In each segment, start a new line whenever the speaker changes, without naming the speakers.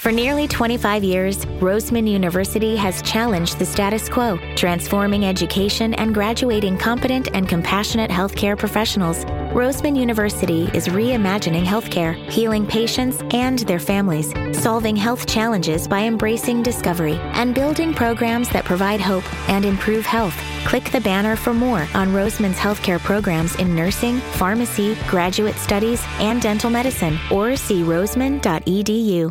For nearly 25 years, Roseman University has challenged the status quo, transforming education and graduating competent and compassionate healthcare professionals. Roseman University is reimagining healthcare, healing patients and their families, solving health challenges by embracing discovery, and building programs that provide hope and improve health. Click the banner for more on Roseman's healthcare programs in nursing, pharmacy, graduate studies, and dental medicine, or see roseman.edu.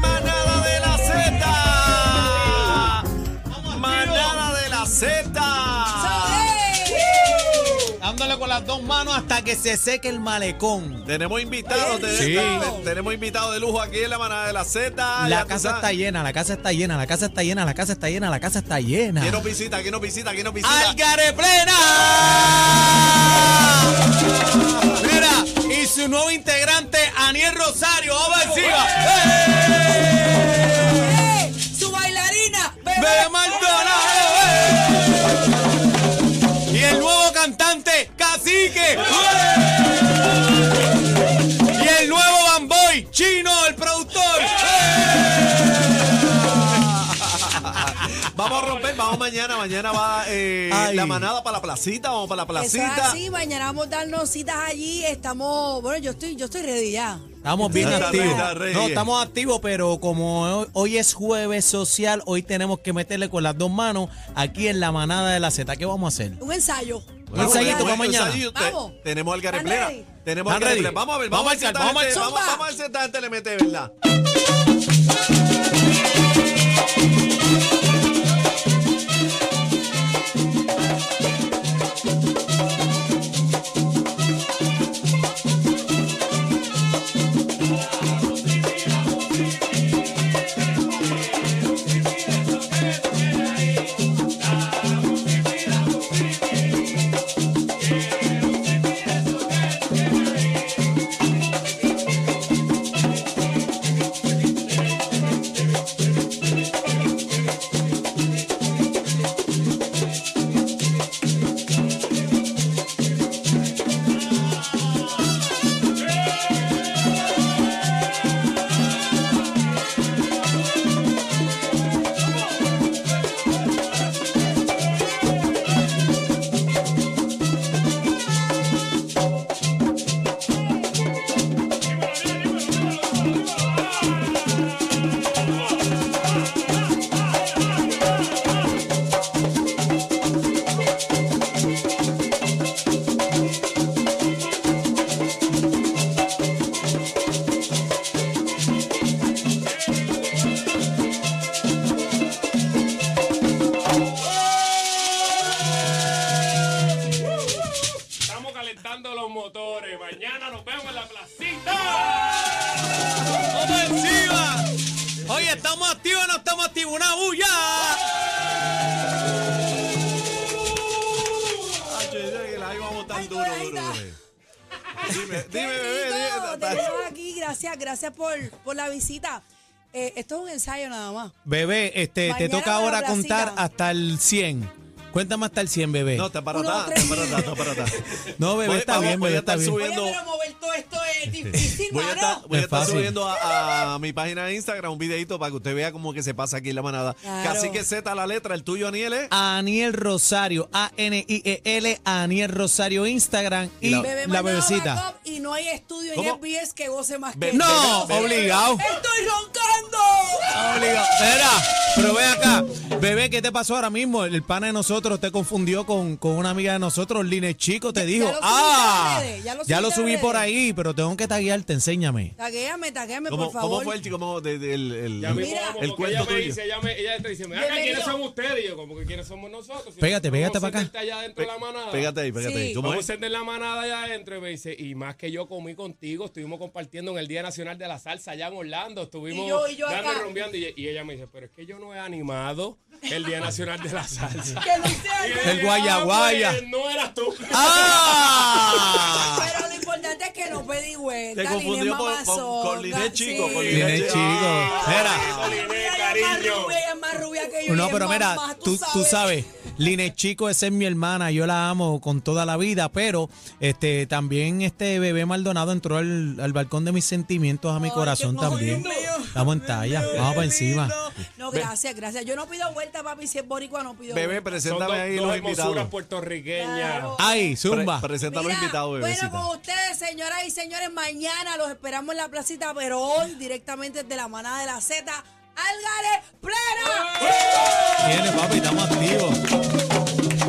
Manada de la Z. Manada de la Z. Dándole con las dos manos hasta que se seque el malecón.
Tenemos invitados, te-
Sí.
te- tenemos invitados de lujo aquí en la manada de la Z. Ya
La
tú
casa
sabes.
está llena, la casa está llena, la casa está llena, la casa está llena, la casa está llena.
¿Quién nos visita? ¿Quién nos visita? ¿Quién nos visita?
¡Algaré plena! Mira, y su nuevo integrante, Aniel Rosario, ¡vamos encima! ¡Eh! Bebé Maldonado, ¡eh! Y el nuevo cantante, Cacique. ¡eh! Y el nuevo Bamboy, Chino, el productor.
Vamos a romper, vamos mañana. Mañana va eh,
Ay.
la manada para la placita. Vamos para la
Eso es
placita.
así, mañana vamos a darnos citas allí, estamos, bueno, yo estoy, yo estoy ready ya.
Estamos bien
Está
activos.
ready, está ready.
No, estamos activos, pero como hoy es jueves social, hoy tenemos que meterle con las dos manos aquí en la manada de la Z. ¿Qué vamos a hacer?
Un ensayo.
Un ensayito para
bueno,
mañana.
ensayito. Te-
Vamos.
Tenemos al
¿Están
Gareplera.
ready?
Tenemos al
¿Están ready?
Gareplera. Vamos a ver,
Vamos
vamos,
al cal-
a ver
vamos al
si esta gente-
zumba.
vamos, vamos a ver si esta gente le mete, ¿verdad?
Estamos calentando los motores. Mañana nos vemos en la placita.
¡Vamos encima! Oye, ¿estamos activos o no estamos activos? ¡Una bulla!
Ah, yo diría que la iba a botar
Ay,
duro, duro,
Corajita.
duro. Dime,
Qué
dime, bebé.
rico,
dime.
tenerlos aquí, gracias, gracias por, por la visita. Eh, esto es un ensayo nada más.
Bebé, este, te
Mañana
toca ahora
la
contar
placita.
hasta el 100. Cuéntame hasta el 100, bebé.
No,
No,
está para
Uno,
atrás,
tres.
está para atrás, está para atrás.
bebé,
Voy-
está
vamos,
bien,
voy a
bebé, está
estar
bien.
subiendo- Viendo-
Oye, pero mover todo esto es difícil,
Voy a
mano.
estar, voy a
Es
estar
fácil.
subiendo a, a mi página de Instagram un videito para que usted vea cómo que se pasa aquí la manada.
Claro.
Casi que Z la letra, el tuyo, Aniel, ¿eh?
Aniel Rosario, A-N-I-E-L, E Aniel Rosario Instagram y la,
Bebé Maldonado
bebecita.
Backup Y no hay estudio
¿Cómo?
en FBS que goce más
Be-
que
No,
Bebé, bebé.
obligado.
¡Estoy roncando!
Obligado. Espera, Ah, pero ven acá. Bebé, ¿qué te pasó ahora mismo? El pana de nosotros te confundió con, con una amiga de nosotros, Line Chico, te
Ya-
dijo,
ya lo subiste
ah,
a redes, ya lo
ya lo
subiste a
subí por
redes".
ahí, pero tengo que taguearte, enséñame.
Taguéame, taguéame,
¿Cómo,
por
cómo
favor.
fue el chico? ¿Cómo de- de- el, el-
Ya mismo
Mira.
vamos,
el
porque ella
cuento
me
tuyo.
dice, ella, me, ella está diciendo, acá, ¿quiénes
Bienvenido.
son ustedes? Y yo, como que ¿quiénes somos nosotros? Si
Pégate,
nosotros
pégate
vamos
pa' acá.
a sentarte allá dentro de la manada.
Pégate ahí, pégate ahí.
Sí.
¿Cómo
Vamos a
es?
encender Pues la manada allá adentro y me dice, y más que yo comí contigo, estuvimos compartiendo en el Día Nacional de la Salsa allá en Orlando, estuvimos
Y yo- y yo
dando y
acá.
rumbeando y, y ella me dice, pero es que yo no he animado el Día Nacional de la Salsa.
Que lo hice
Y yo
ayer.
dije,
El guaya,
"Ah,
guaya".
pues, No eras tú.
¡Ah!
Pero lo importante es que no pedí vuelta.
Te confundió con- con- con Linet Chico, con
Linet
Linet
Chico.
Ah,
Mira.
Linet,
Ella es más
cariño.
rubia, ella es más rubia que yo.
No,
ella
pero
es
mira,
mamá,
tú, tú sabes, Line Chico, esa es mi hermana, yo la amo con toda la vida, pero este también este bebé Maldonado entró al, al balcón de mis sentimientos, a mi
Ay,
corazón
qué cojones
también.
mío.
Estamos en talla, vamos para encima.
No, gracias, gracias. Yo no pido vuelta, papi. Si es boricua, no pido
Bebé,
vuelta.
Son dos,
preséntame ahí
dos
los
hermosuras
invitados.
puertorriqueñas.
Claro.
Ay,
Pre-
zumba.
presenta a los
Mira,
invitados, bebecita.
Bueno, con ustedes, señoras y señores, mañana los esperamos en la placita, pero hoy directamente desde la manada de la Z, Álvarez Plena.
Viene, papi, estamos activos.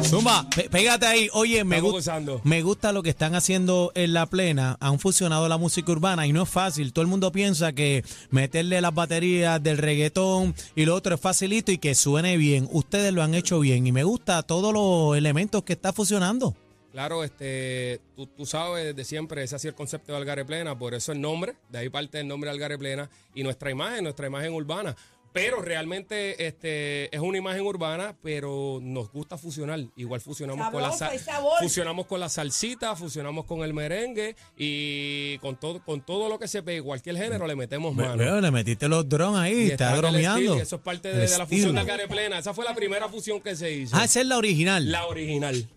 Zumba, pe- pégate ahí. Oye, me,
Estamos
gu-
gozando.
me gusta lo que están haciendo en la plena. Han fusionado la música urbana y no es fácil. Todo el mundo piensa que meterle las baterías del reggaetón y lo otro es facilito y que suene bien. Ustedes lo han hecho bien y me gusta todos los elementos que está fusionando.
Claro, este, tú, tú sabes desde siempre, ese ha sido el concepto de Algarre Plena, por eso el nombre, de ahí parte el nombre de Algarre Plena y nuestra imagen, nuestra imagen urbana. Pero realmente este, es una imagen urbana, pero nos gusta fusionar. Igual fusionamos con la
Sabroso,
sal-
hay sabor.
fusionamos con la salsita, fusionamos con el merengue y con todo, con todo lo que se pegue, cualquier género le metemos mano.
Veo, le metiste los drones ahí,
Y
está
está en el
bromeando.
estilo, Eso es parte de,
El
de la fusión de
estilo.
Algarre Plena. Esa fue la primera fusión que se hizo.
Ah, esa es la original.
La original.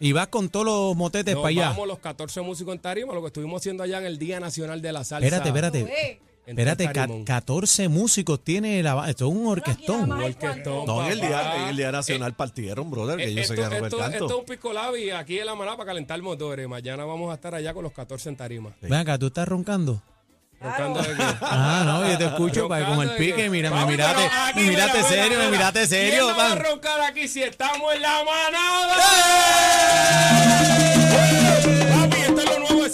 Y vas con todos los motetes
Nos
para allá.
vamos los 14 músicos en tarima, lo que estuvimos haciendo allá en el Día Nacional de la Salsa.
Espérate, espérate.
Oye.
Espérate, ca-
Tarimón.
14 músicos tiene la ba- Esto es un orquestón.
más hay
Orquestón,
No, en el día,
papá.
en el día nacional partieron, brother, que
Eh,
yo sé
esto,
que ganó el
esto-
canto.
esto es un pisco labi aquí en la manada para calentar motores. Mañana vamos a estar allá con los 14 en tarima.
Ven acá, tú estás roncando.
Tocando de que-
Ah, no, yo te escucho para con el
Tocando de
pique.
que-
Mira, me
Papi,
miraste,
pero aquí,
me
mira,
miraste
mira,
serio, me
mira.
miraste serio, ¡Eh!
¿Quién no va a
pan.
roncar aquí si estamos en la manada? Papi, esto este es lo nuevo de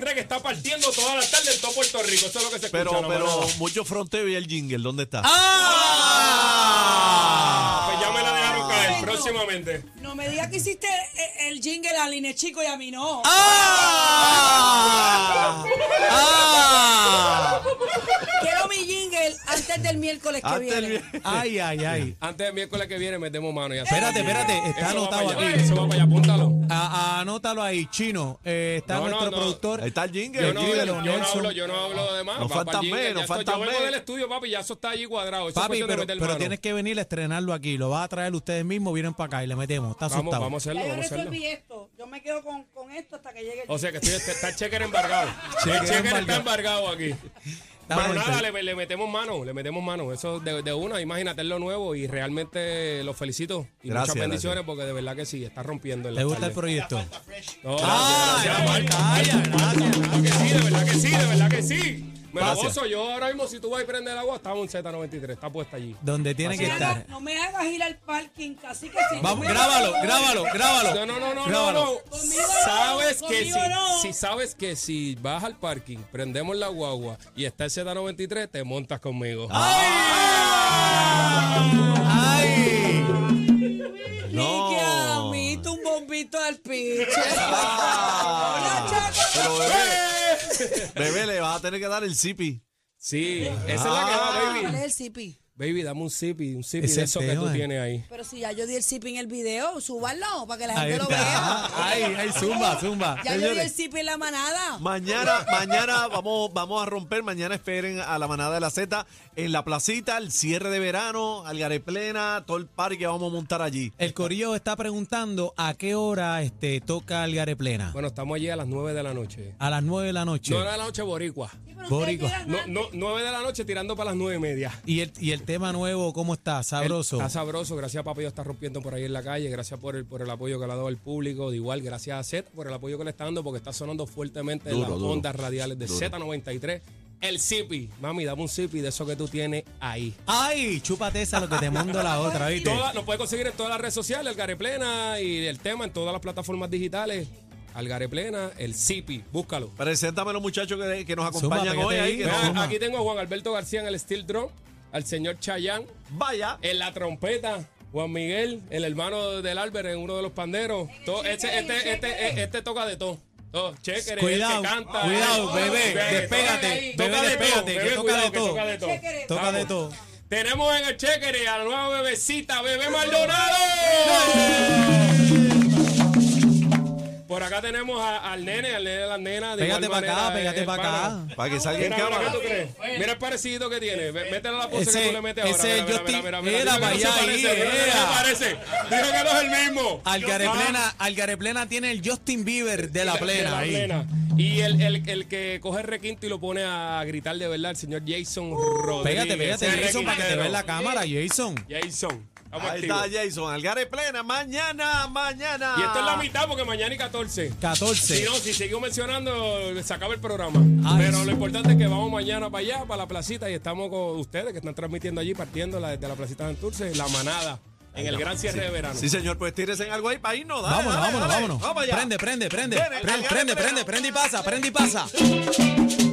Z93 que está partiendo toda la tarde en todo Puerto Rico. Eso es lo que se escucha
Pero,
en la
pero
manada.
mucho fronteo y el jingle, ¿dónde está?
¡Ah!
Pues ya me la dejaron caer próximamente.
No me digas que hiciste el- el jingle a Line Chico y a mí no.
¡Ah! ¡Ah!
Quiero mi jingle antes del miércoles que
Antes
viene.
Ah, el-
Ay, ay, ay.
Antes del miércoles que viene metemos mano. Ya
Espérate,
Eh,
sabes.
espérate,
Eso
está
va
anotado
para allá,
aquí.
Eso va para allá, apúntalo.
A- anótalo ahí, chino. Eh, está
No, no,
nuestro
no.
productor.
Ahí está el jingle.
Yo
el
no,
jingle,
hablo, yo no
Nelson.
hablo, yo no hablo de más. Va
Nos
para
faltan
el jingle,
menos,
ya esto-
faltan
Yo vengo
menos.
del estudio, papi, ya eso está allí cuadrado. Eso es
Papi,
cuestión de
pero,
meter
pero
mano.
tienes que venir a estrenarlo aquí. Lo vas a traer ustedes mismos, vienen para acá y le metemos. Está asustado.
Vamos, vamos a hacerlo,
Ya yo
vamos a hacerlo.
resolví esto. Yo me quedo con, con esto hasta que llegue el
O sea que estoy, está está el checker embargado. el checker está embargado aquí.
Está
Pero
bonito.
nada, le, le metemos mano, le metemos mano. Eso de, de una, imagínate, es lo nuevo y realmente los felicito. Y
Gracias,
muchas bendiciones
gracias.
porque de verdad que sí, está rompiendo. En la
¿Te gusta el
tarde.
proyecto?
No,
Ah,
gracias,
ya,
gracias,
vaya,
Marco.
gracias,
Claro que sí, de verdad que sí, de verdad que sí. Me lo
Gracias.
gozo yo ahora mismo. Si tú vas y prendes el agua, estamos en Z93, está puesta allí.
Donde tiene
No
que
me
estar.
hagas- No me hagas ir al parking, casi que sí.
Vamos, grábalo, grábalo, grábalo.
No, no, no, no, no,
Grábalo.
no.
Conmigo no,
Sabes que si,
conmigo no.
si sabes que si vas al parking, prendemos la guagua y está el Z93, te montas conmigo.
¡Ay!
Ni que a mí tú un bombito al picho.
Ah.
Hola, Chaco.
Pero bebé, bebé, le vas a tener que dar el zipi.
Sí, esa es la que va,
¿Cuál es
baby.
el CP?
Baby, dame un sipi, un sipi
Ese
de eso que tú
tema.
tienes ahí.
Pero si ya yo di el CP en el video, súbanlo para que la
Ahí
gente lo
está.
vea.
Ay, ay, zumba, zumba.
Ya yo di el
Señores,
CP en la manada.
Mañana, mañana vamos, vamos a romper. Mañana esperen a la manada de la Z en la placita, el cierre de verano, Algaré Plena, todo el parque que vamos a montar allí.
El corillo está preguntando a qué hora este, toca Algaré Plena.
Bueno, estamos allí a las 9 de la noche.
A las 9 de la noche.
No, 9 de la noche, Boricua.
Sí, pero ustedes
Boricua.
llegan
No,
antes.
no, 9 de la noche tirando para las 9 y media.
¿Y, el, y el tema nuevo, ¿cómo está? Sabroso.
Está sabroso, gracias a Papi, está rompiendo por ahí en la calle, gracias por el, por el apoyo que le ha dado el público, de igual gracias a Z por el apoyo que le está dando porque está sonando fuertemente en
Duro,
las
duro.
ondas radiales de Z93 El sipi. Mami, dame un sipi de eso que tú tienes ahí.
Ay, chúpate esa lo que te mando la otra, ¿viste?
Toda- nos puede conseguir en todas las redes sociales, Algaré Plena y el tema en todas las plataformas digitales. Algaré Plena, el sipi. Búscalo.
Preséntame los muchachos que, que nos
Zumba,
acompañan
pégate
hoy. ahí,
ahí.
que
Mira,
nos-
suma.
aquí tengo a Juan Alberto García en el Steel Drum, al señor Chayán
Vaya.
Eh,
en la trompeta. Juan Miguel, el hermano del Albert, en uno de los panderos. Todo- este, este, este, este toca de todo. Todo, chéquere,
Cuidado,
el que canta.
cuidado,
Oh,
bebé,
bebé,
despégate,
toca
bebé,
de todo,
despégate, que
bebé,
toca
cuidado,
de
que
todo.
toca de todo.
Chéquere.
Toca de todo.
Tenemos en el chequere a la nueva bebecita, bebé Maldonado. Por acá tenemos a- al nene, al nene de las nenas. de
Pégate
igual
para acá,
manera,
pégate
el
para
pana.
acá.
Para que salga en
eh, Mira, mira, ¿qué
cámara.
tú crees? Mira el parecido que tiene. Ve- Métele la pose
Ese-
que tú le metes ahora.
ese
mira, mira,
Justin-
mira, mira,
era
mira,
para
mira,
allá
que no se
ahí,
parece, mira
era.
que no se parece. Dijo que no es el mismo.
Algareplena,
Ah,
Algareplena tiene el Justin Bieber de la
de
plena ahí.
plena. Y el, el, el que coge el requinto y lo pone a gritar de verdad, el señor Jason Rodríguez.
Uh. Pégate, pégate,
el
Jason, para que te vea en la cámara, Jason.
Jason. Estamos
Ahí
activos.
está Jason, Algaré Plena, mañana, mañana.
Y esto es la mitad porque mañana y 14. Si
14.
no, si seguimos mencionando, se acaba el programa.
Ah,
Ay,
Pero
sí.
lo importante es que vamos mañana para allá, para la placita, y estamos con ustedes que están transmitiendo allí, partiéndola desde la placita de Santurce, la manada, en el gran cierre de verano.
Sí, señor, pues tírese en algo ahí para irnos. Dale,
Vámonos,
dale,
vámonos,
dale.
vámonos.
Vamos allá.
Prende, prende, prende.
Viene,
Prende,
Algaré
Prende,
Plena.
prende, prende y pasa, prende y pasa.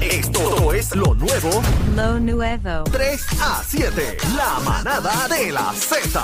Esto es lo nuevo
Lo nuevo.
3 a 7. La manada de la Z.